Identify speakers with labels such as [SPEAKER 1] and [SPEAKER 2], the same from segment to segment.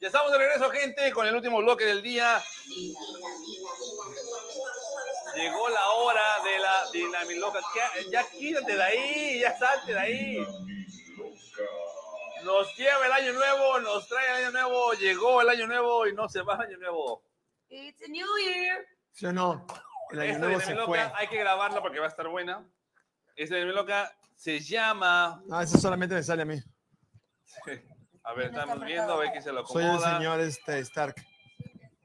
[SPEAKER 1] Ya estamos de regreso, gente, con el último bloque del día. Llegó la hora de la Dinamiloca. Ya, ya quítate de ahí, ya salte de ahí. Nos lleva el año nuevo, nos trae el año nuevo, llegó el año nuevo y no se va el año nuevo.
[SPEAKER 2] It's a new year.
[SPEAKER 3] ¿Sí o no? El año
[SPEAKER 1] Esta
[SPEAKER 3] nuevo se
[SPEAKER 1] Dinamiloca
[SPEAKER 3] fue.
[SPEAKER 1] hay que grabarla porque va a estar buena. Esta Dinamiloca se llama...
[SPEAKER 3] Ah, eso solamente me sale a mí.
[SPEAKER 1] A ver, estamos viendo, a ver quién se lo
[SPEAKER 3] Soy
[SPEAKER 1] acomoda.
[SPEAKER 3] el señor este, Stark.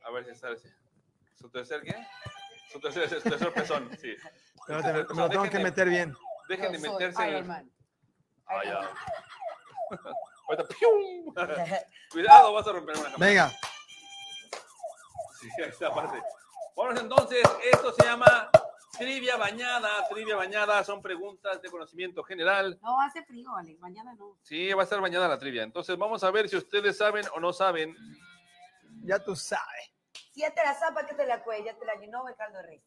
[SPEAKER 1] A ver si está ese. ¿Su tercer qué? Su tercer, su tercer pezón, sí.
[SPEAKER 3] Pero te- me lo tengo que
[SPEAKER 1] déjenme-
[SPEAKER 3] meter bien.
[SPEAKER 1] Dejen de
[SPEAKER 2] Yo soy
[SPEAKER 1] meterse en
[SPEAKER 2] Iron
[SPEAKER 1] el...
[SPEAKER 2] Man.
[SPEAKER 1] Ah, ya. Ahorita, ¡pium! Cuidado, vas a romper una cámara.
[SPEAKER 3] Venga,
[SPEAKER 1] Sí, esa parte. Bueno, entonces, esto se llama trivia bañada. Trivia bañada son preguntas de conocimiento general.
[SPEAKER 2] No, hace frío, Alex. Mañana no.
[SPEAKER 1] Sí, va a estar bañada la trivia. Entonces, vamos a ver si ustedes saben o no saben.
[SPEAKER 3] ya tú sabes.
[SPEAKER 4] Siete la zapa que te la cuella, te la llenó Ricardo Rey.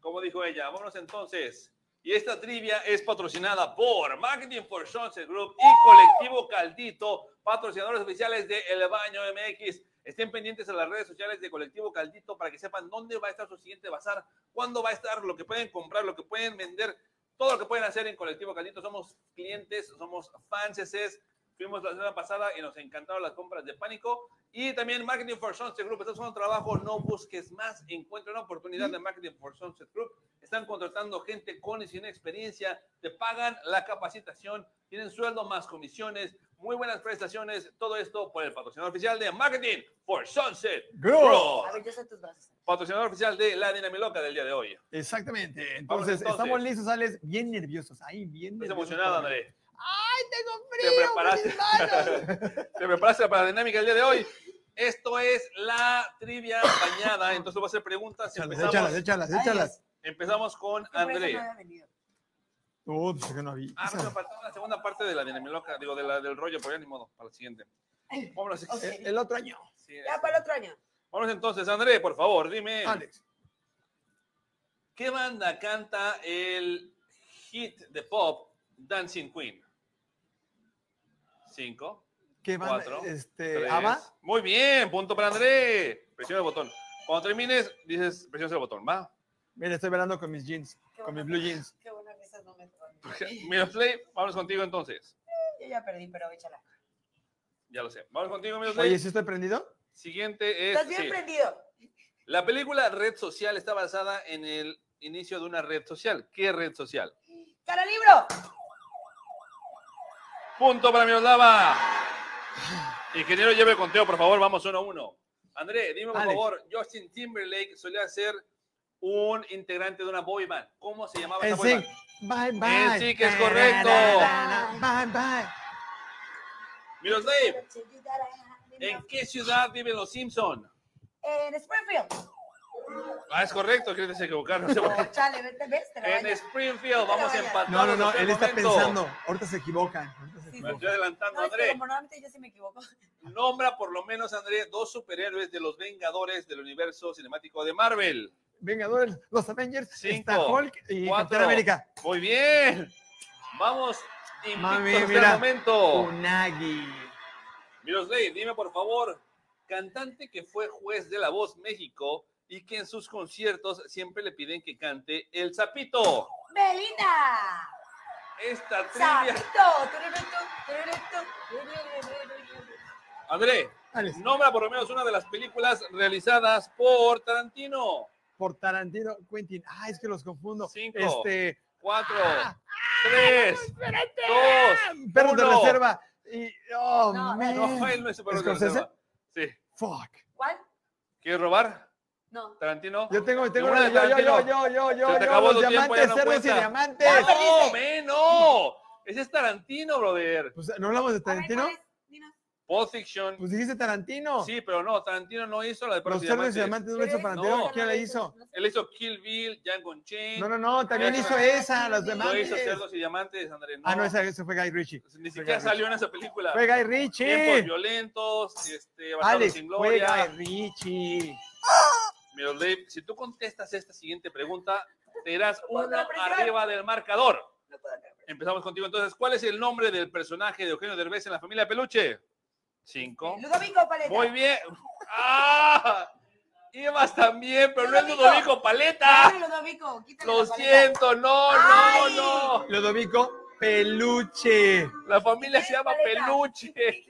[SPEAKER 1] Como dijo ella, vámonos entonces. Y esta trivia es patrocinada por Marketing for Sunset Group y Colectivo Caldito, patrocinadores oficiales de El Baño MX. Estén pendientes a las redes sociales de Colectivo Caldito para que sepan dónde va a estar su siguiente bazar, cuándo va a estar, lo que pueden comprar, lo que pueden vender, todo lo que pueden hacer en Colectivo Caldito. Somos clientes, somos fanses. Fuimos la semana pasada y nos encantaron las compras de pánico. Y también Marketing for Sunset Group. Estás haciendo trabajo, no busques más. Encuentra una oportunidad de Marketing for Sunset Group. Están contratando gente con y sin experiencia. Te pagan la capacitación. Tienen sueldo más comisiones. Muy buenas prestaciones. Todo esto por el patrocinador oficial de Marketing for Sunset Group.
[SPEAKER 4] A ver, yo sé tus bases.
[SPEAKER 1] Patrocinador oficial de La Dinamiloca del día de hoy.
[SPEAKER 3] Exactamente.
[SPEAKER 1] Vamos,
[SPEAKER 3] Entonces,
[SPEAKER 1] entonces.
[SPEAKER 3] estamos listos, sales bien nerviosos. Ahí, bien
[SPEAKER 1] Estás
[SPEAKER 3] nerviosos.
[SPEAKER 1] emocionado, André.
[SPEAKER 3] ¡Ay, tengo
[SPEAKER 1] ¿Te preparaste? ¿Te preparaste para la dinámica del día de hoy? Esto es la trivia bañada. Entonces voy a hacer preguntas.
[SPEAKER 3] Échalas,
[SPEAKER 1] Empezamos,
[SPEAKER 3] échalas, échalas,
[SPEAKER 4] Ay,
[SPEAKER 3] échalas.
[SPEAKER 1] empezamos con
[SPEAKER 4] Yo por eso
[SPEAKER 1] André.
[SPEAKER 4] no había venido.
[SPEAKER 3] Ups, pues, que no vi.
[SPEAKER 1] Ah, no, me faltó la segunda parte de la dinamiloca, digo, de la, del rollo, pero ya ni modo, para la siguiente. Vámonos, eh,
[SPEAKER 4] Ok.
[SPEAKER 3] El, el otro año.
[SPEAKER 1] sí, este,
[SPEAKER 4] Ya para el otro año.
[SPEAKER 1] Vámonos entonces, André, por favor, dime.
[SPEAKER 3] Alex.
[SPEAKER 1] ¿Qué banda canta el hit de pop Dancing Queen? Cinco.
[SPEAKER 3] ¿Qué van?
[SPEAKER 1] Cuatro,
[SPEAKER 4] Eh,
[SPEAKER 3] Este,
[SPEAKER 1] Tres.
[SPEAKER 3] ¿Ava?
[SPEAKER 1] Muy bien, punto para André. Presiona el botón. Cuando termines, dices, presiona el botón, ¿va?
[SPEAKER 3] Mira, estoy velando con mis jeans,
[SPEAKER 4] Qué bueno.
[SPEAKER 3] con mis blue jeans.
[SPEAKER 4] Qué bueno que esas no me tocan.
[SPEAKER 1] Mirosley, vamos contigo entonces.
[SPEAKER 4] Yo ya perdí, pero échala.
[SPEAKER 1] Ya lo sé. Vamos contigo, Mirosley.
[SPEAKER 3] Oye, ¿sí estoy prendido?
[SPEAKER 1] Siguiente es...
[SPEAKER 4] Estás bien
[SPEAKER 1] sí.
[SPEAKER 4] prendido.
[SPEAKER 1] La película Red Social está basada en el inicio de una red social. ¿Qué red social?
[SPEAKER 4] ¡Cara libro!
[SPEAKER 1] Punto para Miroslava. Ingeniero, lleve el conteo, por favor. Vamos uno a uno. André, dime por
[SPEAKER 3] Alex.
[SPEAKER 1] favor, Justin Timberlake solía ser un integrante de una boy band. ¿Cómo se llamaba esa
[SPEAKER 3] En
[SPEAKER 1] boy
[SPEAKER 3] Eh, sí.
[SPEAKER 1] band?
[SPEAKER 3] Bye, bye.
[SPEAKER 1] Eh, sí, que es correcto.
[SPEAKER 3] Bye, bye.
[SPEAKER 1] Miroslay, ¿en qué ciudad viven los Simpson?
[SPEAKER 4] En Springfield.
[SPEAKER 1] Ah, es correcto, quieres equivocar, no se vaya.
[SPEAKER 4] Oh, chale, vete, ves, te la
[SPEAKER 1] En
[SPEAKER 4] bañas.
[SPEAKER 1] Springfield,
[SPEAKER 4] Pero
[SPEAKER 1] vamos
[SPEAKER 4] vaya.
[SPEAKER 1] empatados.
[SPEAKER 3] No, no, no,
[SPEAKER 1] hasta
[SPEAKER 3] él
[SPEAKER 1] el
[SPEAKER 3] está
[SPEAKER 1] momento.
[SPEAKER 3] pensando. Ahorita se equivocan. ahorita se
[SPEAKER 4] Sí, sí.
[SPEAKER 1] Me
[SPEAKER 3] equivocan.
[SPEAKER 1] estoy adelantando,
[SPEAKER 4] No, es que
[SPEAKER 1] André.
[SPEAKER 4] como normalmente yo sí me equivoco.
[SPEAKER 1] Nombra por lo menos, André, dos superhéroes de los Vengadores del universo cinemático de Marvel.
[SPEAKER 3] Vengadores, los Avengers,
[SPEAKER 1] Cinco,
[SPEAKER 3] está Hulk y
[SPEAKER 1] cuatro.
[SPEAKER 3] Capitán América.
[SPEAKER 1] Muy bien. Vamos
[SPEAKER 3] Mami,
[SPEAKER 1] invictos hasta
[SPEAKER 3] mira.
[SPEAKER 1] el momento.
[SPEAKER 3] Unagi.
[SPEAKER 1] Mirosley, dime por favor, cantante que fue juez de La Voz México y que en sus conciertos siempre le piden que cante El Zapito.
[SPEAKER 4] Belinda.
[SPEAKER 1] Esta trivia.
[SPEAKER 4] Sapito. tururutu, tururutu, tururutu.
[SPEAKER 1] André,
[SPEAKER 3] Alex,
[SPEAKER 1] nombra por lo menos una de las películas realizadas por Tarantino.
[SPEAKER 3] por Tarantino, Quentin. Ah, es que los confundo.
[SPEAKER 1] Cinco.
[SPEAKER 3] Este,
[SPEAKER 1] Cuatro,
[SPEAKER 3] Ah.
[SPEAKER 1] tres, dos.
[SPEAKER 3] perros de
[SPEAKER 1] Uno.
[SPEAKER 3] reserva. Y, oh,
[SPEAKER 4] No,
[SPEAKER 3] man.
[SPEAKER 1] No, él no es superhéroe de
[SPEAKER 3] ¿Scorsese?
[SPEAKER 1] reserva. Sí.
[SPEAKER 3] Fuck.
[SPEAKER 4] ¿Cuál?
[SPEAKER 1] ¿Quieres robar,
[SPEAKER 4] No.
[SPEAKER 1] Tarantino?
[SPEAKER 3] Yo tengo, tengo
[SPEAKER 1] Una
[SPEAKER 3] una,
[SPEAKER 1] de
[SPEAKER 3] yo, yo, yo,
[SPEAKER 1] Tarantino.
[SPEAKER 3] yo, yo, yo,
[SPEAKER 1] Se te
[SPEAKER 3] yo,
[SPEAKER 1] acabó
[SPEAKER 3] los
[SPEAKER 1] tu tiempo,
[SPEAKER 3] diamantes,
[SPEAKER 1] ya no
[SPEAKER 3] cerdos y
[SPEAKER 1] cuenta.
[SPEAKER 3] diamantes.
[SPEAKER 1] ¡No, men, no! Ese es Tarantino, brother.
[SPEAKER 3] Pues, ¿no hablamos de
[SPEAKER 2] A ver,
[SPEAKER 3] Tarantino?
[SPEAKER 2] ¿cuál es? Dinos.
[SPEAKER 1] Pulp Fiction.
[SPEAKER 3] Pues dijiste Tarantino.
[SPEAKER 1] Sí, pero no, Tarantino no hizo la de Perros
[SPEAKER 3] Los
[SPEAKER 1] y
[SPEAKER 3] cerdos y
[SPEAKER 1] Diamantes.
[SPEAKER 3] diamantes no lo hizo Tarantino.
[SPEAKER 4] No.
[SPEAKER 3] ¿Quién la hizo?
[SPEAKER 1] Él hizo Kill Bill, Django Unchained.
[SPEAKER 3] No, no, no, también
[SPEAKER 1] Eso.
[SPEAKER 3] hizo esa, los
[SPEAKER 4] No
[SPEAKER 1] No
[SPEAKER 3] demás.
[SPEAKER 1] hizo Cerdos y Diamantes, Andrés.
[SPEAKER 3] Ah, no, esa, esa fue Guy Ritchie.
[SPEAKER 1] Ni siquiera salió en esa película.
[SPEAKER 3] Fue Guy
[SPEAKER 1] Tiempos
[SPEAKER 3] Ritchie.
[SPEAKER 1] violentos, este, Bastardos
[SPEAKER 3] Alex,
[SPEAKER 1] sin
[SPEAKER 3] fue
[SPEAKER 1] gloria.
[SPEAKER 3] Guy Ritchie.
[SPEAKER 1] Miroslav, si tú contestas esta siguiente pregunta, te irás
[SPEAKER 4] Otra
[SPEAKER 1] uno
[SPEAKER 4] presión.
[SPEAKER 1] arriba del marcador.
[SPEAKER 4] No puedo creer.
[SPEAKER 1] Empezamos contigo entonces. ¿Cuál es el nombre del personaje de Eugenio Derbez en la familia Peluche? Cinco.
[SPEAKER 4] Ludovico Paleta.
[SPEAKER 1] Muy bien. ¡Ah! Ibas también, pero no es
[SPEAKER 4] Ludovico.
[SPEAKER 1] Ludovico Paleta.
[SPEAKER 2] Dale, Ludovico, quítale
[SPEAKER 1] Lo
[SPEAKER 2] la paleta.
[SPEAKER 1] siento, no, no,
[SPEAKER 4] Ay.
[SPEAKER 1] no.
[SPEAKER 3] Ludovico Peluche.
[SPEAKER 1] La familia se llama
[SPEAKER 4] Paleta.
[SPEAKER 1] Peluche.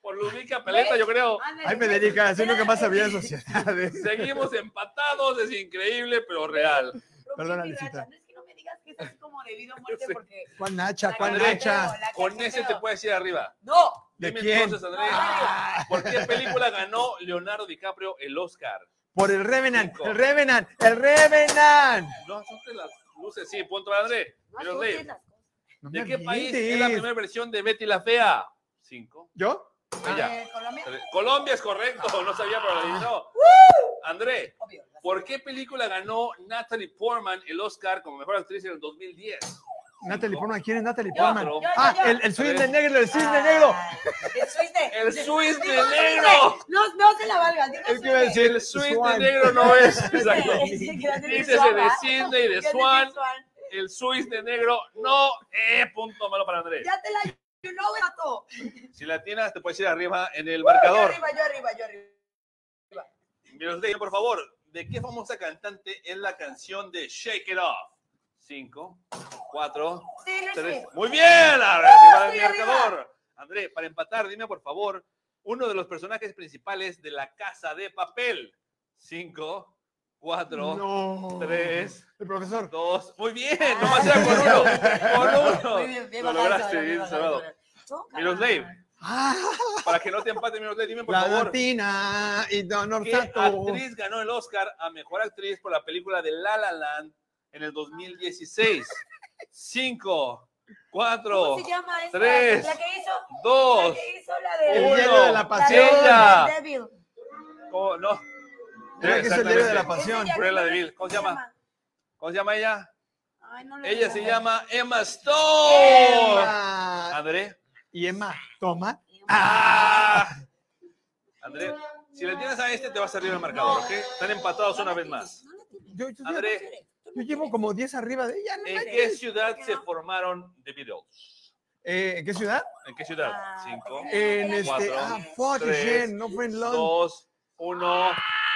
[SPEAKER 1] Por Ludovica Paleta, yo creo.
[SPEAKER 2] Ándale,
[SPEAKER 3] Ay,
[SPEAKER 2] pues.
[SPEAKER 3] Federica, así nunca más sabía de sociedades.
[SPEAKER 1] Seguimos empatados, es increíble, pero real.
[SPEAKER 4] Rompí
[SPEAKER 3] Perdona,
[SPEAKER 4] mi
[SPEAKER 3] Lisita.
[SPEAKER 4] racha. No es que no me digas que es así como debido a muerte
[SPEAKER 1] Yo sé.
[SPEAKER 4] porque.
[SPEAKER 3] ¿Cuál Nacha?
[SPEAKER 4] la
[SPEAKER 3] ¿Cuál
[SPEAKER 1] André.
[SPEAKER 3] Nacha?
[SPEAKER 4] cacheteo, la
[SPEAKER 1] Con ese te
[SPEAKER 4] cacheteo.
[SPEAKER 1] puedes ir arriba.
[SPEAKER 4] No.
[SPEAKER 3] ¿De
[SPEAKER 1] Dime
[SPEAKER 3] quién?
[SPEAKER 1] entonces, Andrés,
[SPEAKER 3] Ah,
[SPEAKER 1] ¿por qué película ganó Leonardo DiCaprio el Oscar?
[SPEAKER 3] Por el Revenant,
[SPEAKER 1] Cinco.
[SPEAKER 3] el Revenant, el Revenant.
[SPEAKER 1] No asustes las luces, sí, punto para André.
[SPEAKER 4] No
[SPEAKER 1] Pero,
[SPEAKER 4] asustes
[SPEAKER 1] Rey,
[SPEAKER 4] las cosas.
[SPEAKER 3] No
[SPEAKER 1] ¿De
[SPEAKER 3] me
[SPEAKER 1] qué país es la
[SPEAKER 3] avientes.
[SPEAKER 1] primera versión de Betty la Fea? Cinco.
[SPEAKER 3] ¿Yo?
[SPEAKER 1] Ella.
[SPEAKER 4] Eh, Colombia,
[SPEAKER 1] Colombia es correcto, no sabía, pero lo
[SPEAKER 3] Ah.
[SPEAKER 1] adivinó. André,
[SPEAKER 4] obvio. las-
[SPEAKER 1] ¿por qué película ganó Natalie Portman el Oscar como mejor actriz en el 2010?
[SPEAKER 3] Natalie
[SPEAKER 1] Cinco.
[SPEAKER 3] Portman, ¿quién es Natalie
[SPEAKER 1] Yo,
[SPEAKER 3] Portman?
[SPEAKER 1] yo,
[SPEAKER 4] yo,
[SPEAKER 3] ah,
[SPEAKER 4] yo.
[SPEAKER 3] el, el cisne
[SPEAKER 1] Tres.
[SPEAKER 3] negro, el cisne
[SPEAKER 4] Ay,
[SPEAKER 3] negro.
[SPEAKER 4] Ah, El suiste.
[SPEAKER 1] ¡El Swiss de
[SPEAKER 4] Digo, suiste.
[SPEAKER 1] negro!
[SPEAKER 4] No, no se la valga. digo,
[SPEAKER 3] Es que
[SPEAKER 4] suiste.
[SPEAKER 3] iba a decir
[SPEAKER 1] El Swiss de
[SPEAKER 3] Swan.
[SPEAKER 1] negro no es,
[SPEAKER 4] Suiste.
[SPEAKER 1] exacto.
[SPEAKER 4] Sí, que la tiene
[SPEAKER 1] Dícese
[SPEAKER 4] Swan,
[SPEAKER 1] de
[SPEAKER 4] ¿verdad?
[SPEAKER 1] cisne y de
[SPEAKER 4] Que la tiene
[SPEAKER 1] Swan. El Swiss de negro no es punto malo para André.
[SPEAKER 4] Ya te la. You know, gato.
[SPEAKER 1] Si la tienes, te puedes ir arriba en el
[SPEAKER 4] Yo
[SPEAKER 1] marcador.
[SPEAKER 4] arriba, yo arriba, yo arriba.
[SPEAKER 1] Mirosley, por favor, ¿de qué famosa cantante es la canción de Shake It Off? Cinco, cuatro,
[SPEAKER 4] Taylor
[SPEAKER 1] tres.
[SPEAKER 4] Swift.
[SPEAKER 1] Muy bien, arriba del
[SPEAKER 4] estoy arriba.
[SPEAKER 1] marcador. André, para empatar, dime por favor, uno de los personajes principales de La Casa de Papel. Cinco, cuatro,
[SPEAKER 3] No.
[SPEAKER 1] tres.
[SPEAKER 3] El profesor.
[SPEAKER 1] dos. Muy bien,
[SPEAKER 4] Ah.
[SPEAKER 1] nomás era con uno. Con
[SPEAKER 4] Muy
[SPEAKER 1] uno.
[SPEAKER 4] bien, bien
[SPEAKER 1] Lo
[SPEAKER 4] bajado,
[SPEAKER 1] lograste,
[SPEAKER 4] bien
[SPEAKER 1] bien
[SPEAKER 4] bajado,
[SPEAKER 1] cerrado.
[SPEAKER 4] bien bajado. Toca.
[SPEAKER 1] Mirosley,
[SPEAKER 3] Ah,
[SPEAKER 1] para que no te empate, Mirosley, dime por
[SPEAKER 3] la
[SPEAKER 1] favor.
[SPEAKER 3] Latina y Don
[SPEAKER 1] ¿Qué
[SPEAKER 3] Orsato.
[SPEAKER 1] actriz ganó el Oscar a mejor actriz por la película de La La Land en el 2016? Cinco, cuatro,
[SPEAKER 4] ¿Cómo se llama esta?
[SPEAKER 1] tres,
[SPEAKER 4] La que hizo. La
[SPEAKER 1] dos.
[SPEAKER 4] que hizo la
[SPEAKER 3] El
[SPEAKER 4] de.
[SPEAKER 1] Uno.
[SPEAKER 3] diario de la
[SPEAKER 4] La
[SPEAKER 3] pasión.
[SPEAKER 1] Ella.
[SPEAKER 4] de Devil.
[SPEAKER 1] ¿Cómo? No.
[SPEAKER 3] Creo que es el diario de la
[SPEAKER 1] Exactamente.
[SPEAKER 3] pasión.
[SPEAKER 4] Ese
[SPEAKER 1] Cruella de
[SPEAKER 4] diario,
[SPEAKER 1] Vil. ¿Cómo se llama? ¿Cómo se llama ella?
[SPEAKER 2] Ay, no le
[SPEAKER 1] Ella se
[SPEAKER 2] digas.
[SPEAKER 1] llama Emma Stone.
[SPEAKER 3] Emma.
[SPEAKER 1] André.
[SPEAKER 3] Y Emma, toma.
[SPEAKER 1] ¡Ah! André, si le tienes a este, te vas a arriba el marcador, ¿ok? Están empatados una vez más.
[SPEAKER 3] Yo, yo- yo-
[SPEAKER 1] André,
[SPEAKER 3] yo llevo como 10 arriba de ella. ¿no?
[SPEAKER 1] ¿en qué ciudad se formaron The Beatles?
[SPEAKER 3] Eh, ¿En qué ciudad?
[SPEAKER 1] ¿En qué ciudad? Cinco,
[SPEAKER 3] En este.
[SPEAKER 1] Cuatro,
[SPEAKER 3] ah, fuck,
[SPEAKER 1] tres,
[SPEAKER 3] shit, no fue
[SPEAKER 1] Ah.
[SPEAKER 3] en Londres.
[SPEAKER 1] dos, uno.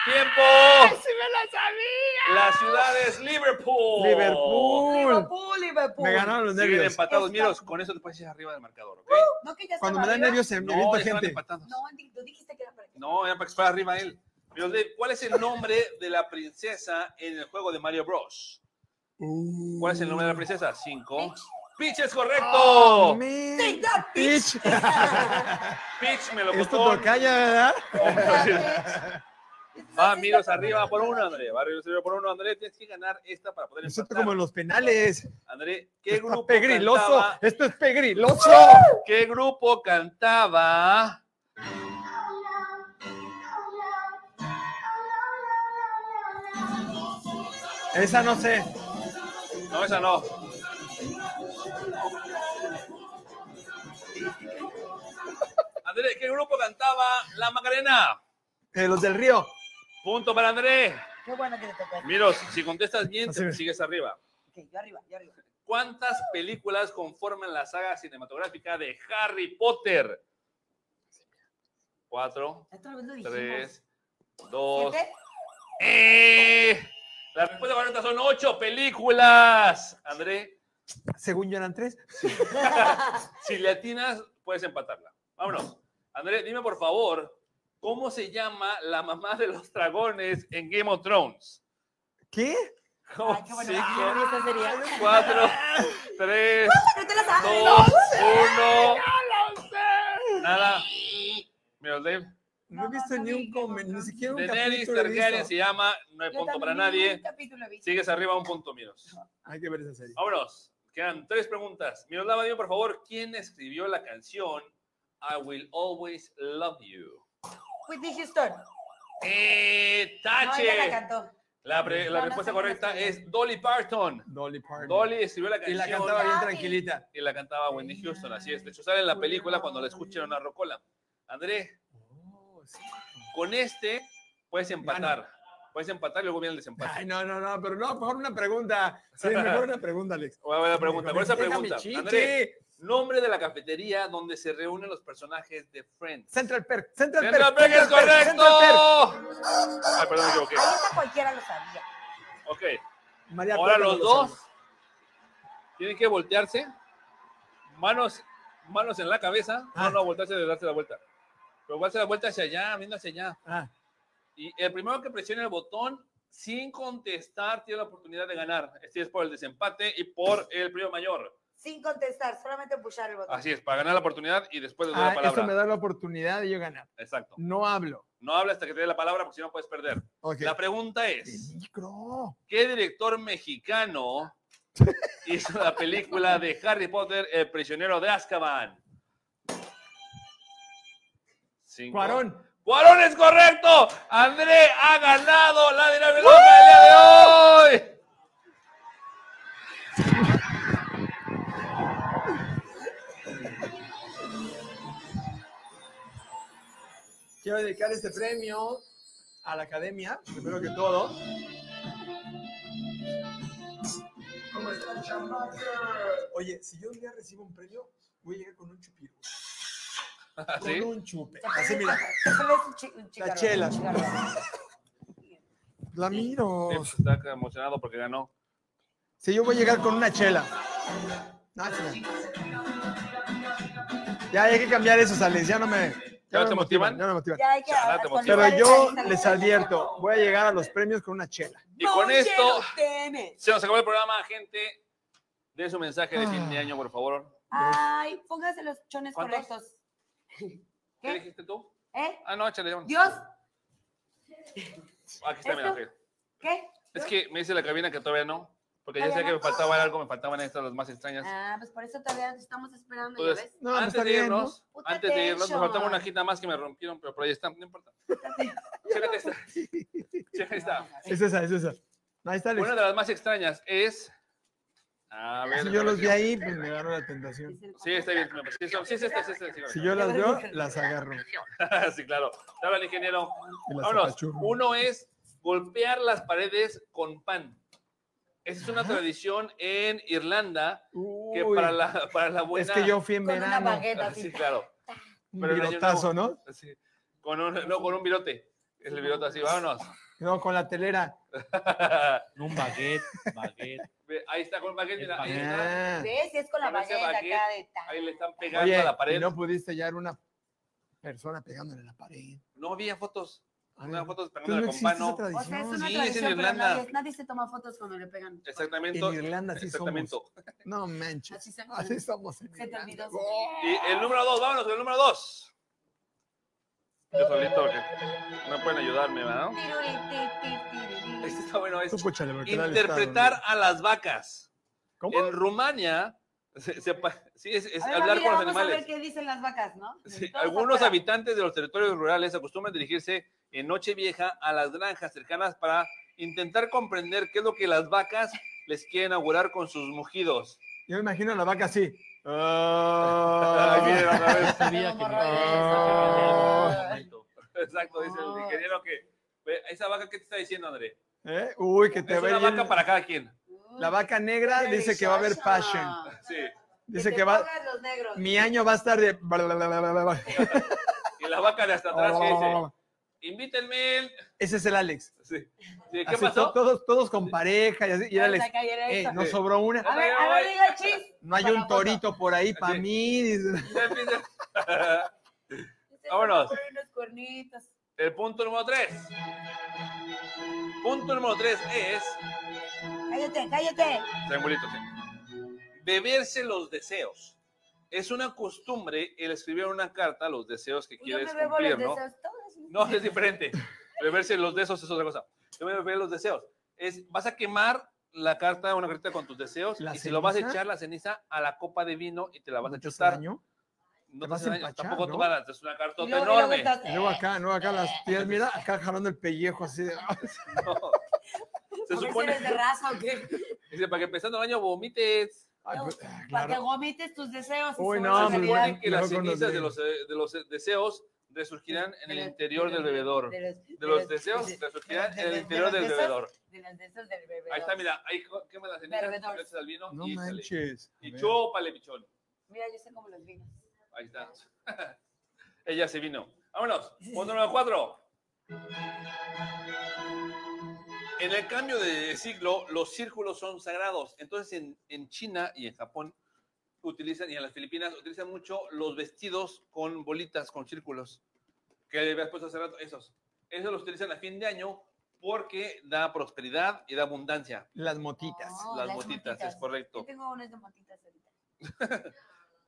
[SPEAKER 1] ¡Tiempo! me la sabía! La ciudad es Liverpool.
[SPEAKER 3] Liverpool.
[SPEAKER 4] Liverpool, Liverpool.
[SPEAKER 3] Me ganaron los
[SPEAKER 1] Siguen
[SPEAKER 3] nervios.
[SPEAKER 1] empatados.
[SPEAKER 4] Está-
[SPEAKER 1] Miros, con eso te puedes ir arriba del marcador, ¿ok?
[SPEAKER 4] No, que ya
[SPEAKER 3] Cuando me
[SPEAKER 4] estaba
[SPEAKER 3] dan
[SPEAKER 4] arriba.
[SPEAKER 3] nervios, se me
[SPEAKER 1] No,
[SPEAKER 3] aviento
[SPEAKER 1] ya estaban
[SPEAKER 3] gente.
[SPEAKER 1] empatados.
[SPEAKER 4] No, di- tú dijiste que era para que.
[SPEAKER 1] No, era para que fuera arriba él. Miros, de- ¿cuál es el nombre de la princesa en el juego de Mario Bros?
[SPEAKER 3] Uh,
[SPEAKER 1] ¿Cuál es el nombre de la princesa? Cinco. Peach es
[SPEAKER 3] Oh,
[SPEAKER 1] correcto.
[SPEAKER 4] Take that, bitch.
[SPEAKER 3] Pitch.
[SPEAKER 1] Peach me lo
[SPEAKER 3] Es tu
[SPEAKER 1] contó.
[SPEAKER 3] tocaya, ¿verdad?
[SPEAKER 1] Va, Miros arriba por uno, André. Va, Miros arriba por uno, André. Tienes que ganar esta para poder
[SPEAKER 3] Excepto
[SPEAKER 1] empatar.
[SPEAKER 3] como en los penales.
[SPEAKER 1] André, ¿qué
[SPEAKER 3] Está
[SPEAKER 1] grupo
[SPEAKER 3] pegriloso.
[SPEAKER 1] cantaba?
[SPEAKER 3] Esto es pegriloso.
[SPEAKER 1] ¿Qué grupo cantaba?
[SPEAKER 3] Esa no sé.
[SPEAKER 1] No, esa no. André, ¿qué grupo cantaba La Macarena?
[SPEAKER 3] Eh, los del río.
[SPEAKER 1] Punto para André.
[SPEAKER 4] Qué bueno que te tocó.
[SPEAKER 1] Miros, si contestas bien,
[SPEAKER 3] Así
[SPEAKER 1] te
[SPEAKER 3] es.
[SPEAKER 1] sigues arriba.
[SPEAKER 4] Ok, yo arriba, yo arriba.
[SPEAKER 1] ¿Cuántas películas conforman la saga cinematográfica de Harry Potter? Cuatro,
[SPEAKER 4] Otra vez lo dijimos.
[SPEAKER 1] tres, dos.
[SPEAKER 4] ¿Siete?
[SPEAKER 1] ¡Eh! La respuesta correcta son ocho películas. André,
[SPEAKER 3] Según yo eran tres.
[SPEAKER 1] si le atinas, puedes empatarla. Vámonos. André, dime por favor, ¿cómo se llama la mamá de los dragones en Game of Thrones?
[SPEAKER 3] ¿Qué?
[SPEAKER 4] Ay, qué bueno. Ah,
[SPEAKER 1] Cinco,
[SPEAKER 4] Ay, esta sería.
[SPEAKER 1] cuatro, tres,
[SPEAKER 4] Pero te la sabes, ¿no?
[SPEAKER 1] dos, uno. Nada. Mira, Dave.
[SPEAKER 3] No, he
[SPEAKER 2] No,
[SPEAKER 3] visto
[SPEAKER 2] no
[SPEAKER 3] ni
[SPEAKER 2] vi
[SPEAKER 3] un
[SPEAKER 2] Game of
[SPEAKER 3] comentario, ni
[SPEAKER 2] Thrones.
[SPEAKER 3] siquiera un
[SPEAKER 1] Daenerys
[SPEAKER 3] capítulo he visto.
[SPEAKER 1] Targaryen se llama, no hay
[SPEAKER 2] Yo
[SPEAKER 1] punto para
[SPEAKER 2] también vi
[SPEAKER 1] nadie.
[SPEAKER 2] Un capítulo he visto.
[SPEAKER 1] Sigues arriba un punto, Miros.
[SPEAKER 3] Hay que ver esa serie.
[SPEAKER 1] Vámonos. Quedan tres preguntas. Miroslava, dime por favor, ¿quién escribió la canción I Will Always Love You?
[SPEAKER 4] Whitney Houston.
[SPEAKER 1] ¡Eh,
[SPEAKER 4] No, ella la
[SPEAKER 1] tache!
[SPEAKER 4] cantó.
[SPEAKER 1] La, pre- la
[SPEAKER 4] No, no
[SPEAKER 1] respuesta
[SPEAKER 4] sé cómo
[SPEAKER 1] correcta
[SPEAKER 4] escribió.
[SPEAKER 1] es Dolly Parton.
[SPEAKER 3] Dolly Parton.
[SPEAKER 1] Dolly escribió la
[SPEAKER 3] Y
[SPEAKER 1] canción
[SPEAKER 3] la cantaba bien
[SPEAKER 4] Dolly.
[SPEAKER 3] tranquilita.
[SPEAKER 1] y la cantaba Wendy Houston, así es. De hecho, sale en la película cuando la escuchan en una rocola. André,
[SPEAKER 3] Oh, sí.
[SPEAKER 1] con este puedes empatar. Puedes empatar y luego viene el
[SPEAKER 3] Ay,
[SPEAKER 1] desempate.
[SPEAKER 3] no, no, no, pero no, mejor una pregunta. Sí, mejor una pregunta, Alex.
[SPEAKER 1] Voy a ver la pregunta. Con esa
[SPEAKER 3] Deja mi
[SPEAKER 1] pregunta,
[SPEAKER 3] chichi.
[SPEAKER 1] André, nombre de la cafetería donde se reúnen los personajes de Friends.
[SPEAKER 3] Central Perk, Central Perk.
[SPEAKER 1] ¡Central Perk es
[SPEAKER 3] Perk,
[SPEAKER 1] correcto!
[SPEAKER 3] Central
[SPEAKER 1] Ay, perdón, me equivoqué.
[SPEAKER 4] Ahí está cualquiera lo sabía.
[SPEAKER 1] Ok,
[SPEAKER 3] Perk. María
[SPEAKER 1] ahora
[SPEAKER 3] Pérez
[SPEAKER 1] los
[SPEAKER 3] González.
[SPEAKER 1] dos tienen que voltearse. Manos, manos en la cabeza.
[SPEAKER 3] Ah.
[SPEAKER 1] No, no, voltearse de darse la vuelta. Pero darse la vuelta hacia allá, viendo hacia allá.
[SPEAKER 3] Ah,
[SPEAKER 1] Y el primero que presione el botón sin contestar tiene la oportunidad de ganar. Este es por el desempate y por el premio mayor.
[SPEAKER 4] Sin contestar, solamente pushar el botón.
[SPEAKER 1] Así es, para ganar la oportunidad y después de
[SPEAKER 3] ah,
[SPEAKER 1] la
[SPEAKER 3] eso me
[SPEAKER 1] palabra.
[SPEAKER 3] da la oportunidad de yo ganar.
[SPEAKER 1] Exacto.
[SPEAKER 3] No hablo.
[SPEAKER 1] No habla hasta que te dé la palabra porque si no puedes perder.
[SPEAKER 3] Ok.
[SPEAKER 1] La pregunta es,
[SPEAKER 3] Peligro.
[SPEAKER 1] ¿qué director mexicano hizo la película de Harry Potter, El prisionero de Azkaban? Cinco.
[SPEAKER 3] Cuarón.
[SPEAKER 1] ¡Cuarón es correcto! ¡André ha ganado la dinámica loca del día de hoy!
[SPEAKER 3] Quiero dedicar este premio a la academia, primero que todo. ¿Cómo están, chamacas? Oye, si yo un día recibo un premio, voy a llegar con un chupiro.
[SPEAKER 1] ¿Ah, ¿Sí?
[SPEAKER 3] Con un chupe.
[SPEAKER 4] O sea,
[SPEAKER 3] Así Ah, mira.
[SPEAKER 4] Solo es un chi- un chicarrón,
[SPEAKER 3] chela.
[SPEAKER 4] un chicarrón.
[SPEAKER 3] La miro.
[SPEAKER 1] Sí, pues, Está emocionado porque ganó.
[SPEAKER 3] Si yo voy a llegar con una chela. Ah, sí. Ya hay que cambiar eso, Alex. Ya no me.
[SPEAKER 1] ¿Ya
[SPEAKER 3] no
[SPEAKER 1] te
[SPEAKER 3] me
[SPEAKER 1] motivan?
[SPEAKER 3] Ya no me motivan.
[SPEAKER 4] Ya hay que
[SPEAKER 1] Chala, te
[SPEAKER 4] actualizar
[SPEAKER 3] Pero
[SPEAKER 1] motiva.
[SPEAKER 4] el
[SPEAKER 3] yo
[SPEAKER 4] lista.
[SPEAKER 3] les advierto, voy a llegar a los premios con una chela.
[SPEAKER 1] Y con
[SPEAKER 4] Noche
[SPEAKER 1] esto
[SPEAKER 4] los temes.
[SPEAKER 1] se nos acabó el programa, gente. De su mensaje de fin de
[SPEAKER 3] Ah.
[SPEAKER 1] año, por favor.
[SPEAKER 4] Ay, póngase los chones
[SPEAKER 1] ¿Cuántos?
[SPEAKER 4] correctos.
[SPEAKER 1] ¿Qué
[SPEAKER 4] ¿Qué?
[SPEAKER 1] dijiste tú?
[SPEAKER 4] ¿Eh?
[SPEAKER 1] Ah, no, échale. vámonos.
[SPEAKER 4] Dios,
[SPEAKER 1] Ah, Aquí está, mira,
[SPEAKER 4] ¿Esto?
[SPEAKER 1] Ángel.
[SPEAKER 4] ¿qué?
[SPEAKER 1] Es que me dice la cabina que todavía no, porque ya
[SPEAKER 4] Todavía
[SPEAKER 1] sé que
[SPEAKER 4] no.
[SPEAKER 1] me faltaban algo, me faltaban estas las más extrañas.
[SPEAKER 4] Ah, pues por eso todavía estamos esperando, ¿ya
[SPEAKER 1] Entonces,
[SPEAKER 4] ves?
[SPEAKER 3] No, pues
[SPEAKER 1] antes
[SPEAKER 3] está
[SPEAKER 1] de
[SPEAKER 3] bien,
[SPEAKER 1] irnos,
[SPEAKER 4] ¿no? Puta
[SPEAKER 1] antes de irnos, me faltaba
[SPEAKER 4] atención.
[SPEAKER 1] una cajita más que me rompieron, pero por ahí están, no importa. Chécate esta. Chécate esta.
[SPEAKER 3] Es esa, es esa. Ahí está, Alex.
[SPEAKER 1] Una de las más extrañas es. A ver.
[SPEAKER 3] Si yo los vi
[SPEAKER 1] déjame ver.
[SPEAKER 3] ahí, pues me agarro la tentación.
[SPEAKER 1] Sí, está bien. me parece. Sí, son- sí, es esta, sí, es esta, sí,
[SPEAKER 3] Si yo las veo, las agarro.
[SPEAKER 1] Sí, claro. Te habla el ingeniero.
[SPEAKER 3] Y las
[SPEAKER 1] Vámonos.
[SPEAKER 3] apachurro.
[SPEAKER 1] Uno es golpear las paredes con pan. Esa es una tradición en Irlanda que
[SPEAKER 3] Uy,
[SPEAKER 1] para la, para la buena. Ah,
[SPEAKER 3] Es que yo fui en
[SPEAKER 4] Con una
[SPEAKER 3] verano.
[SPEAKER 4] bagueta.
[SPEAKER 1] Sí,
[SPEAKER 4] así.
[SPEAKER 1] claro.
[SPEAKER 3] Un
[SPEAKER 1] Pero en año
[SPEAKER 3] virotazo, ¿no?
[SPEAKER 1] Así, con un, no, con un virote. Es el virote así, vámonos.
[SPEAKER 3] No, con la telera.
[SPEAKER 5] Un baguette, baguette.
[SPEAKER 1] Ve, ahí está con el baguette, mira, ahí, está.
[SPEAKER 3] Ah.
[SPEAKER 4] ¿Ves? Y es con la
[SPEAKER 1] Con ese
[SPEAKER 4] bagueta
[SPEAKER 1] baguette,
[SPEAKER 4] acá de tal.
[SPEAKER 1] Ahí le están pegando
[SPEAKER 3] Oye,
[SPEAKER 1] a la
[SPEAKER 3] y
[SPEAKER 1] pared.
[SPEAKER 3] no
[SPEAKER 1] No,
[SPEAKER 3] pudiste hallar una persona pegándole a la pared.
[SPEAKER 1] había fotos.
[SPEAKER 3] Ah,
[SPEAKER 1] No había fotos
[SPEAKER 3] Entonces
[SPEAKER 1] pegándole
[SPEAKER 3] no
[SPEAKER 1] con
[SPEAKER 3] existe esa
[SPEAKER 1] pano.
[SPEAKER 4] O sea, es
[SPEAKER 3] tradición.
[SPEAKER 1] Sí, es
[SPEAKER 4] una
[SPEAKER 1] en
[SPEAKER 4] tradición, pero
[SPEAKER 1] Irlanda.
[SPEAKER 4] nadie, nadie se toma fotos cuando le pegan.
[SPEAKER 1] Exactamente.
[SPEAKER 3] En Irlanda sí
[SPEAKER 1] Exactamente.
[SPEAKER 3] somos. No manches.
[SPEAKER 4] Así se
[SPEAKER 3] Así estamos. en
[SPEAKER 4] Se te
[SPEAKER 3] Irlanda.
[SPEAKER 4] olvidó, se te
[SPEAKER 3] Oh.
[SPEAKER 1] Y el número dos, vámonos con el número dos. Yo solito, porque no pueden ayudarme, ¿verdad?
[SPEAKER 4] Tiruri, ti, ti, tiruri.
[SPEAKER 1] Este está bueno, es
[SPEAKER 3] Tú escúchale, porque era el
[SPEAKER 1] interpretar
[SPEAKER 3] Estado,
[SPEAKER 1] a las vacas.
[SPEAKER 3] ¿no? ¿Cómo?
[SPEAKER 1] En Rumania, se- se pa- sí, es, es
[SPEAKER 4] A ver,
[SPEAKER 1] hablar
[SPEAKER 4] Gabriela,
[SPEAKER 1] con los
[SPEAKER 4] vamos a
[SPEAKER 1] animales.
[SPEAKER 4] ver qué dicen las vacas, ¿no?
[SPEAKER 1] Sí,
[SPEAKER 4] Todos
[SPEAKER 1] algunos
[SPEAKER 4] afuera.
[SPEAKER 1] habitantes de los territorios rurales acostumbran dirigirse en Nochevieja a las granjas cercanas para intentar comprender qué es lo que las vacas les quieren augurar con sus mugidos.
[SPEAKER 3] Yo me imagino a la vaca así.
[SPEAKER 1] Ahí viene
[SPEAKER 3] Ah.
[SPEAKER 1] otra vez.
[SPEAKER 5] Sabía que
[SPEAKER 4] Como
[SPEAKER 5] me-
[SPEAKER 4] rollo
[SPEAKER 1] Exacto, dice el ingeniero que. "Ve, Esa vaca, ¿qué te está diciendo, André?
[SPEAKER 3] ¿Eh? Uy, que te
[SPEAKER 1] Es
[SPEAKER 3] ve
[SPEAKER 1] una
[SPEAKER 3] bien-
[SPEAKER 1] vaca para cada quien.
[SPEAKER 4] Uy,
[SPEAKER 3] La vaca negra dice que va a haber fashion.
[SPEAKER 1] Sí.
[SPEAKER 3] Dice que va.
[SPEAKER 4] Los negros.
[SPEAKER 3] Mi año va a estar de. bla, bla, bla, bla, bla, bla.
[SPEAKER 1] Y la vaca de hasta atrás que
[SPEAKER 3] Ah.
[SPEAKER 1] dice, invítenme.
[SPEAKER 3] Ese es el Alex.
[SPEAKER 1] Sí. Sí, ¿Qué
[SPEAKER 3] Así to-
[SPEAKER 1] pasó?
[SPEAKER 3] todos, todos con pareja y así. Y el Alex,
[SPEAKER 4] Hasta que era
[SPEAKER 3] eh,
[SPEAKER 4] esto.
[SPEAKER 3] no sobró una.
[SPEAKER 4] A ver, a ver, diga chis.
[SPEAKER 3] No hay
[SPEAKER 4] para la
[SPEAKER 3] un
[SPEAKER 4] foto.
[SPEAKER 3] torito por ahí para
[SPEAKER 1] Sí.
[SPEAKER 3] mí. dice.
[SPEAKER 1] Ya empieza- Vámonos.
[SPEAKER 4] Ponen unos cuernitos.
[SPEAKER 1] El punto número 3. Punto número 3 es.
[SPEAKER 4] Cállate, cállate.
[SPEAKER 1] Triangulito, sí. Beberse los deseos. Es una costumbre el escribir una carta los deseos que
[SPEAKER 4] Pues Yo
[SPEAKER 1] quieres
[SPEAKER 4] me bebo
[SPEAKER 1] cumplir,
[SPEAKER 4] los
[SPEAKER 1] ¿no?
[SPEAKER 4] deseos todos.
[SPEAKER 1] No, es diferente. Beberse los deseos es otra cosa. Yo me beber los deseos. Es, vas a quemar la carta, una carta con tus deseos, y
[SPEAKER 3] ¿La
[SPEAKER 1] si lo vas a
[SPEAKER 3] ceniza?
[SPEAKER 1] echar la ceniza a la copa de vino y te la vas a
[SPEAKER 3] Mucho
[SPEAKER 1] chutar.
[SPEAKER 3] daño.
[SPEAKER 1] No
[SPEAKER 3] Te vas
[SPEAKER 1] hace
[SPEAKER 3] a
[SPEAKER 1] daño,
[SPEAKER 3] empachar,
[SPEAKER 1] Tampoco
[SPEAKER 3] ¿no?
[SPEAKER 1] tú ganas, es una
[SPEAKER 4] Y
[SPEAKER 1] cartota
[SPEAKER 4] luego- y luego
[SPEAKER 1] enorme.
[SPEAKER 4] estás-
[SPEAKER 3] Y Luego acá, ¿no? Acá las tías, mira, acá jalando el pellejo así de.
[SPEAKER 1] No. Se
[SPEAKER 4] ¿Por qué
[SPEAKER 1] supone.
[SPEAKER 4] eres de raza o qué?
[SPEAKER 1] Dice, para que empezando el año vomites.
[SPEAKER 3] Ay,
[SPEAKER 4] No,
[SPEAKER 3] pues,
[SPEAKER 4] Para que
[SPEAKER 3] claro.
[SPEAKER 4] vomites tus deseos. y
[SPEAKER 3] Uy,
[SPEAKER 4] se
[SPEAKER 1] se
[SPEAKER 4] vuelve
[SPEAKER 3] no, hombre,
[SPEAKER 1] supone
[SPEAKER 4] realidad.
[SPEAKER 3] bueno.
[SPEAKER 1] que
[SPEAKER 3] Mejor
[SPEAKER 1] las
[SPEAKER 3] con los
[SPEAKER 1] cenizas de los, eh, de los eh, deseos resurgirán en el
[SPEAKER 4] De los-
[SPEAKER 1] interior
[SPEAKER 4] de
[SPEAKER 1] del
[SPEAKER 4] los-
[SPEAKER 1] bebedor.
[SPEAKER 4] De los,
[SPEAKER 1] De los deseos
[SPEAKER 4] de-
[SPEAKER 1] resurgirán
[SPEAKER 4] de-
[SPEAKER 1] en el
[SPEAKER 4] de-
[SPEAKER 1] interior
[SPEAKER 4] de
[SPEAKER 1] del
[SPEAKER 4] los deseos-
[SPEAKER 1] bebedor.
[SPEAKER 4] De los deseos del bebedor.
[SPEAKER 1] Ahí está, mira, ahí co- quema las cenizas,
[SPEAKER 4] Bebedor.
[SPEAKER 1] le echas al vino
[SPEAKER 3] No
[SPEAKER 1] y échale.
[SPEAKER 3] manches.
[SPEAKER 1] Y chúpale, pichón.
[SPEAKER 4] Mira, yo sé cómo los vinos.
[SPEAKER 1] Ahí está. Ella se vino. Vámonos. Punto número cuatro. En el cambio de siglo, los círculos son sagrados. Entonces, en, en China y en Japón utilizan, y en las Filipinas, utilizan mucho los vestidos con bolitas, con círculos. Que le habías puesto hace rato, esos. Esos los utilizan a fin de año porque da prosperidad y da abundancia.
[SPEAKER 3] Las motitas.
[SPEAKER 4] Oh,
[SPEAKER 1] las
[SPEAKER 4] las
[SPEAKER 1] botitas,
[SPEAKER 4] motitas.
[SPEAKER 1] es correcto.
[SPEAKER 4] Yo tengo unas de motitas ahorita.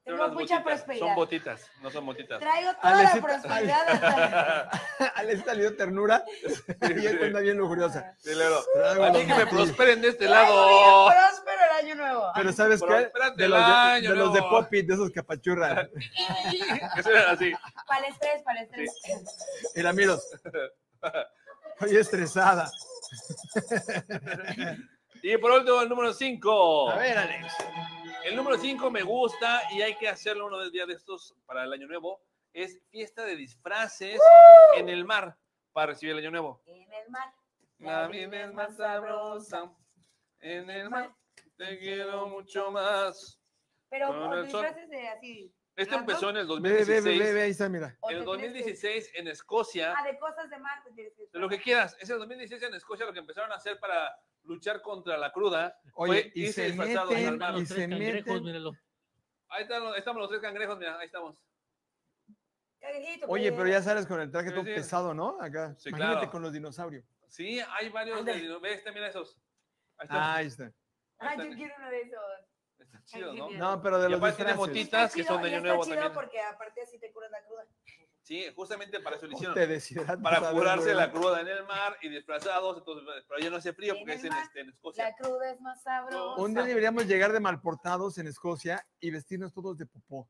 [SPEAKER 1] Pero
[SPEAKER 4] Tengo
[SPEAKER 1] las
[SPEAKER 4] mucha
[SPEAKER 1] botitas
[SPEAKER 4] prosperidad.
[SPEAKER 1] Son botitas, no son motitas.
[SPEAKER 4] Traigo toda
[SPEAKER 3] Alecita-
[SPEAKER 4] la prosperidad. hasta-
[SPEAKER 3] Alex salió ternura y él anda bien lujuriosa.
[SPEAKER 1] Sí, claro.
[SPEAKER 3] Traigo
[SPEAKER 1] A mí que me
[SPEAKER 3] los-
[SPEAKER 1] prosperen de este
[SPEAKER 4] Traigo
[SPEAKER 1] lado.
[SPEAKER 4] bien próspero el año nuevo.
[SPEAKER 3] Pero ¿sabes
[SPEAKER 1] Pero
[SPEAKER 3] qué?
[SPEAKER 1] espérate
[SPEAKER 3] De
[SPEAKER 1] el
[SPEAKER 3] los de,
[SPEAKER 1] año,
[SPEAKER 3] de, los de
[SPEAKER 1] no.
[SPEAKER 3] Popit, de esos capachurras.
[SPEAKER 1] Que suenan así.
[SPEAKER 4] Para el estrés, para el estrés.
[SPEAKER 3] Mira, miros. Estoy estresada.
[SPEAKER 1] Y por último, el número 5.
[SPEAKER 3] A ver, Alex.
[SPEAKER 1] El número 5 me gusta y hay que hacerlo uno del día de estos para el año nuevo. Es fiesta de disfraces en el mar para recibir el año nuevo.
[SPEAKER 4] En el mar.
[SPEAKER 1] La vida es más sabrosa en el mar. Te quiero mucho más.
[SPEAKER 4] Pero
[SPEAKER 1] Con
[SPEAKER 4] por
[SPEAKER 1] el sol.
[SPEAKER 4] disfraces de así.
[SPEAKER 1] Este empezó en el
[SPEAKER 3] Ve, ve, ve, ve,
[SPEAKER 1] 2016.
[SPEAKER 3] ve, ahí está, mira.
[SPEAKER 4] o
[SPEAKER 1] En el
[SPEAKER 4] te tienes que-
[SPEAKER 1] 2016 en Escocia.
[SPEAKER 4] Ah, de cosas de mar te tienes que
[SPEAKER 1] De lo que quieras. Es el 2016 en Escocia lo que empezaron a hacer para luchar contra la cruda.
[SPEAKER 3] Oye,
[SPEAKER 1] Fue
[SPEAKER 3] y
[SPEAKER 1] irse
[SPEAKER 3] se
[SPEAKER 1] disfrazado de
[SPEAKER 3] meten,
[SPEAKER 1] normal.
[SPEAKER 3] y
[SPEAKER 5] Los
[SPEAKER 3] se
[SPEAKER 5] tres cangrejos,
[SPEAKER 3] meten.
[SPEAKER 5] míralo.
[SPEAKER 1] Ahí están los- estamos los tres cangrejos, mira, ahí estamos.
[SPEAKER 4] Cangrejito,
[SPEAKER 3] Oye, pero ya sales con el traje
[SPEAKER 1] Sí,
[SPEAKER 3] todo
[SPEAKER 1] sí.
[SPEAKER 3] pesado, ¿no? Acá.
[SPEAKER 1] Sí,
[SPEAKER 3] Imagínate
[SPEAKER 1] claro.
[SPEAKER 3] con los dinosaurios.
[SPEAKER 1] Sí, hay varios.
[SPEAKER 4] Ándale.
[SPEAKER 1] De, ve este, mira esos. Ahí están,
[SPEAKER 3] Ah, ahí está.
[SPEAKER 4] Ah,
[SPEAKER 1] ahí
[SPEAKER 4] yo
[SPEAKER 1] están,
[SPEAKER 4] quiero uno de esos.
[SPEAKER 1] están chidos, ¿no?
[SPEAKER 4] Ay, qué
[SPEAKER 3] No, pero de
[SPEAKER 1] Y
[SPEAKER 3] los
[SPEAKER 1] aparte tiene
[SPEAKER 3] disfraces.
[SPEAKER 1] motita. Citas que son de
[SPEAKER 4] y
[SPEAKER 1] Año
[SPEAKER 4] está
[SPEAKER 1] Nuevo
[SPEAKER 4] chido
[SPEAKER 1] también.
[SPEAKER 4] porque aparte así te curan la cruda.
[SPEAKER 1] Sí, justamente para eso lo hicieron.
[SPEAKER 3] Te deshidratas, a
[SPEAKER 1] Para
[SPEAKER 3] ver,
[SPEAKER 1] curarse
[SPEAKER 3] güey.
[SPEAKER 1] la cruda en el mar y disfrazados. Entonces, pero ya no hace frío
[SPEAKER 4] En
[SPEAKER 1] porque
[SPEAKER 4] el
[SPEAKER 1] es en,
[SPEAKER 4] mar,
[SPEAKER 1] este, en Escocia.
[SPEAKER 4] La cruda es más sabrosa.
[SPEAKER 3] Un día deberíamos llegar de malportados en Escocia y vestirnos todos de popó.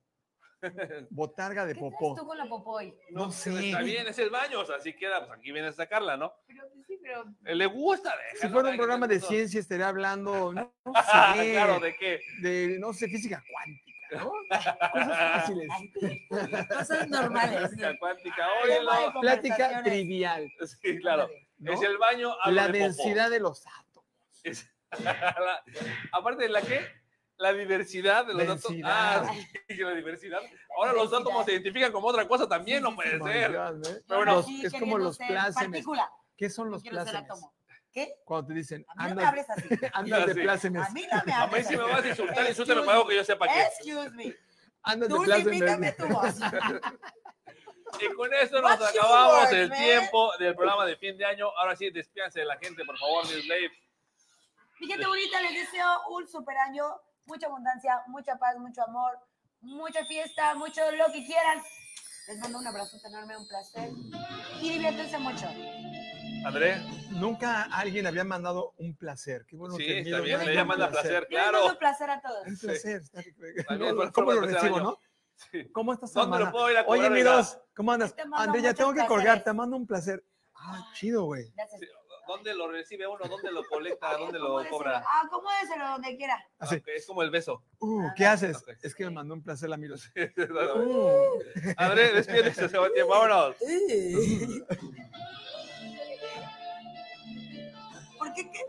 [SPEAKER 3] Botarga de
[SPEAKER 4] ¿Qué traes tú
[SPEAKER 3] popó.
[SPEAKER 4] con la popoy?
[SPEAKER 3] No,
[SPEAKER 1] Pero
[SPEAKER 3] sé.
[SPEAKER 1] Está bien, es el baño, o sea, así queda, pues aquí viene a sacarla, ¿no?
[SPEAKER 4] Pero sí, pero
[SPEAKER 1] Eh, Le gusta.
[SPEAKER 3] Si
[SPEAKER 1] déjalo,
[SPEAKER 3] fuera
[SPEAKER 1] ay, que
[SPEAKER 3] un programa
[SPEAKER 1] te
[SPEAKER 3] de
[SPEAKER 1] gustó.
[SPEAKER 3] ciencia estaría hablando, no
[SPEAKER 1] Ah,
[SPEAKER 3] sé,
[SPEAKER 1] claro, ¿de qué?
[SPEAKER 3] de, no sé, física cuántica, ¿no? Cosas fáciles.
[SPEAKER 4] cosas normales.
[SPEAKER 1] Física cuántica,
[SPEAKER 4] Tema de
[SPEAKER 1] óyelo.
[SPEAKER 3] Plática
[SPEAKER 4] conversaciones.
[SPEAKER 3] trivial,
[SPEAKER 1] Sí, claro.
[SPEAKER 3] ¿no?
[SPEAKER 1] Es el baño, hablo
[SPEAKER 3] La
[SPEAKER 1] de popó.
[SPEAKER 3] densidad de los átomos.
[SPEAKER 1] Es- la- aparte de la que la diversidad de los
[SPEAKER 3] Densidad.
[SPEAKER 1] datos. Ah, sí, que la diversidad. Ahora los átomos se identifican como otra cosa también, no puede
[SPEAKER 3] My
[SPEAKER 1] ser.
[SPEAKER 3] God, ¿eh?
[SPEAKER 1] Pero bueno,
[SPEAKER 3] Los-
[SPEAKER 4] Sí,
[SPEAKER 3] es como
[SPEAKER 4] queriendo
[SPEAKER 3] los
[SPEAKER 4] ser
[SPEAKER 3] plácemes.
[SPEAKER 4] Partícula.
[SPEAKER 3] ¿Qué son los
[SPEAKER 4] Los quiero ser
[SPEAKER 3] plácemes?
[SPEAKER 4] átomo. ¿Qué?
[SPEAKER 3] Cuando te dicen,
[SPEAKER 4] A mí no me hables
[SPEAKER 3] andas,
[SPEAKER 4] así.
[SPEAKER 3] andas
[SPEAKER 1] Ya sé.
[SPEAKER 3] de plácemes,
[SPEAKER 4] A mí no me
[SPEAKER 1] A mí
[SPEAKER 4] hables
[SPEAKER 1] si
[SPEAKER 4] así.
[SPEAKER 1] me vas a insultar, insultame para algo que yo sepa que. es.
[SPEAKER 4] Excuse me.
[SPEAKER 3] andas de
[SPEAKER 4] Tú limítame
[SPEAKER 3] plácemes.
[SPEAKER 4] tu voz.
[SPEAKER 1] Y con esto nos
[SPEAKER 4] What's your
[SPEAKER 1] acabamos
[SPEAKER 4] word,
[SPEAKER 1] el
[SPEAKER 4] man?
[SPEAKER 1] tiempo del programa de fin de año. Ahora sí, despíanse de la gente, por favor, Miss Lave.
[SPEAKER 4] Mi gente bonita, les deseo un super año, mucha abundancia, mucha paz, mucho amor, mucha fiesta, mucho lo que quieran. Les mando un abrazo enorme, un placer y diviértanse mucho.
[SPEAKER 1] André,
[SPEAKER 3] Nunca alguien había mandado un placer. Qué bueno
[SPEAKER 1] sí,
[SPEAKER 3] que
[SPEAKER 1] está
[SPEAKER 3] Miro
[SPEAKER 1] bien,
[SPEAKER 3] manda
[SPEAKER 1] ella
[SPEAKER 3] un
[SPEAKER 1] manda placer,
[SPEAKER 4] Yo les mando
[SPEAKER 1] claro.
[SPEAKER 4] un placer a todos.
[SPEAKER 3] Un placer. está rico.
[SPEAKER 1] bien,
[SPEAKER 3] No,
[SPEAKER 1] bueno,
[SPEAKER 3] ¿Cómo lo
[SPEAKER 1] para empezar el
[SPEAKER 3] recibo,
[SPEAKER 1] año.
[SPEAKER 3] no?
[SPEAKER 1] Sí.
[SPEAKER 3] ¿Cómo estás,
[SPEAKER 1] ¿Dónde lo
[SPEAKER 3] hermana?
[SPEAKER 1] puedo ir a
[SPEAKER 3] Oye,
[SPEAKER 1] cobrar,
[SPEAKER 3] Miros, ¿cómo andas?
[SPEAKER 4] Te mando
[SPEAKER 3] André, ya
[SPEAKER 4] muchos
[SPEAKER 3] tengo que colgar,
[SPEAKER 4] placeres.
[SPEAKER 3] te mando un placer. Ah, chido, güey.
[SPEAKER 4] Gracias.
[SPEAKER 1] oiga? ¿Dónde lo recibe uno? ¿Dónde lo colecta? ¿Dónde
[SPEAKER 4] ¿Cómo
[SPEAKER 1] lo
[SPEAKER 4] deseo?
[SPEAKER 1] cobra?
[SPEAKER 4] Ah, ¿cómo deseo? Donde quiera.
[SPEAKER 3] Así.
[SPEAKER 1] Ok, es como el beso.
[SPEAKER 3] Uh, ¿qué haces?
[SPEAKER 1] Ok.
[SPEAKER 3] Es que me mandó un placer la Miros.
[SPEAKER 1] Uh. André, despídete, se va el tiempo. Vámonos.
[SPEAKER 4] ¿Por qué? qué?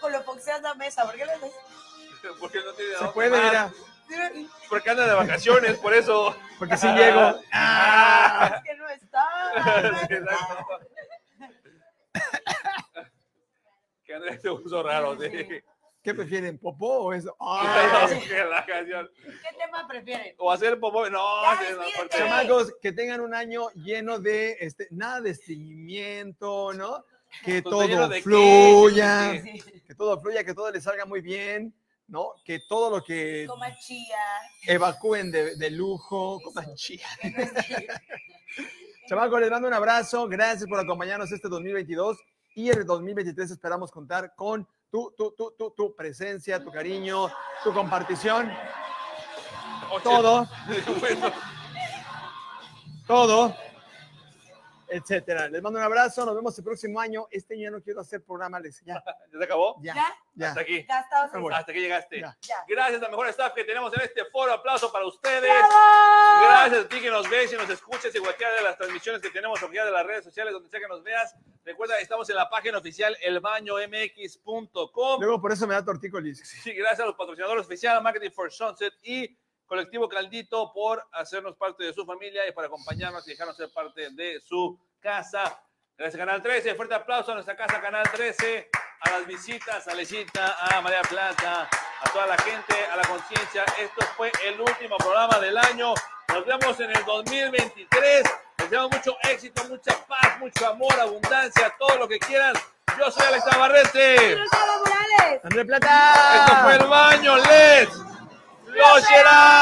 [SPEAKER 4] Con lo foxeas la mesa. ¿Por qué lo haces?
[SPEAKER 1] Porque no tiene a
[SPEAKER 3] Se
[SPEAKER 1] dónde
[SPEAKER 3] puede,
[SPEAKER 1] más.
[SPEAKER 3] mira,
[SPEAKER 1] Porque anda de vacaciones, por eso.
[SPEAKER 3] porque si llego.
[SPEAKER 1] Ah.
[SPEAKER 4] Es que no está.
[SPEAKER 1] Exacto. que anda este uso raro, sí.
[SPEAKER 3] ¿Qué prefieren, popó o eso?
[SPEAKER 1] Ah,
[SPEAKER 3] ¡Ay!
[SPEAKER 1] que la canción.
[SPEAKER 4] ¿Qué tema prefieren?
[SPEAKER 1] O hacer popó. No,
[SPEAKER 4] Ya,
[SPEAKER 1] que no,
[SPEAKER 4] despídete.
[SPEAKER 1] porque-
[SPEAKER 3] Chamacos, que tengan un año lleno de este, nada de estreñimiento, ¿no? Que
[SPEAKER 1] Pues, lleno
[SPEAKER 3] todo
[SPEAKER 1] de qué,
[SPEAKER 3] fluya,
[SPEAKER 1] lleno de
[SPEAKER 3] que todo fluya, que todo les salga muy bien, ¿no? Que todo lo que
[SPEAKER 4] Coma chía.
[SPEAKER 3] evacúen de, de lujo, coman chía. Chamacos, les mando un abrazo, gracias por acompañarnos este 2022 y el 2023 esperamos contar con tu, tu, tu, tu, tu presencia, tu cariño, tu compartición,
[SPEAKER 1] Oye,
[SPEAKER 3] todo.
[SPEAKER 1] bueno,
[SPEAKER 3] todo, etcétera. Les mando un abrazo, nos vemos el próximo año. Este año ya no quiero hacer programa, les ya,
[SPEAKER 1] ¿Ya se acabó?
[SPEAKER 3] ya,
[SPEAKER 4] ¿Ya?
[SPEAKER 3] ya.
[SPEAKER 1] Hasta aquí.
[SPEAKER 4] Gastados.
[SPEAKER 3] Me voy.
[SPEAKER 1] Hasta aquí llegaste.
[SPEAKER 3] Ya.
[SPEAKER 4] Ya.
[SPEAKER 1] Gracias al mejor staff que tenemos en este foro. Aplauso para ustedes.
[SPEAKER 4] ¡Bravo!
[SPEAKER 1] Gracias a ti que nos ves y nos escuches y cualquiera de las transmisiones que tenemos cualquiera de las redes sociales, donde sea que nos veas. Recuerda, estamos en la página oficial elbañomx.com.
[SPEAKER 3] Luego por eso me da tortícolis.
[SPEAKER 1] Sí, gracias a los patrocinadores oficiales, Marketing for Sunset y Colectivo Caldito por hacernos parte de su familia y por acompañarnos y dejarnos ser parte de su casa. Gracias, Canal 13. Fuerte aplauso a nuestra casa, Canal 13, a las visitas, a Lecita, a María Plata, a toda la gente, a la conciencia. Esto fue el último programa del año. Nos vemos en el 2023. Les deseamos mucho éxito, mucha paz, mucho amor, abundancia, todo lo que quieran. Yo soy Alex Navarrete.
[SPEAKER 4] Gonzalo Morales.
[SPEAKER 3] André Plata.
[SPEAKER 1] Esto fue el baño, Les. Los Gerard.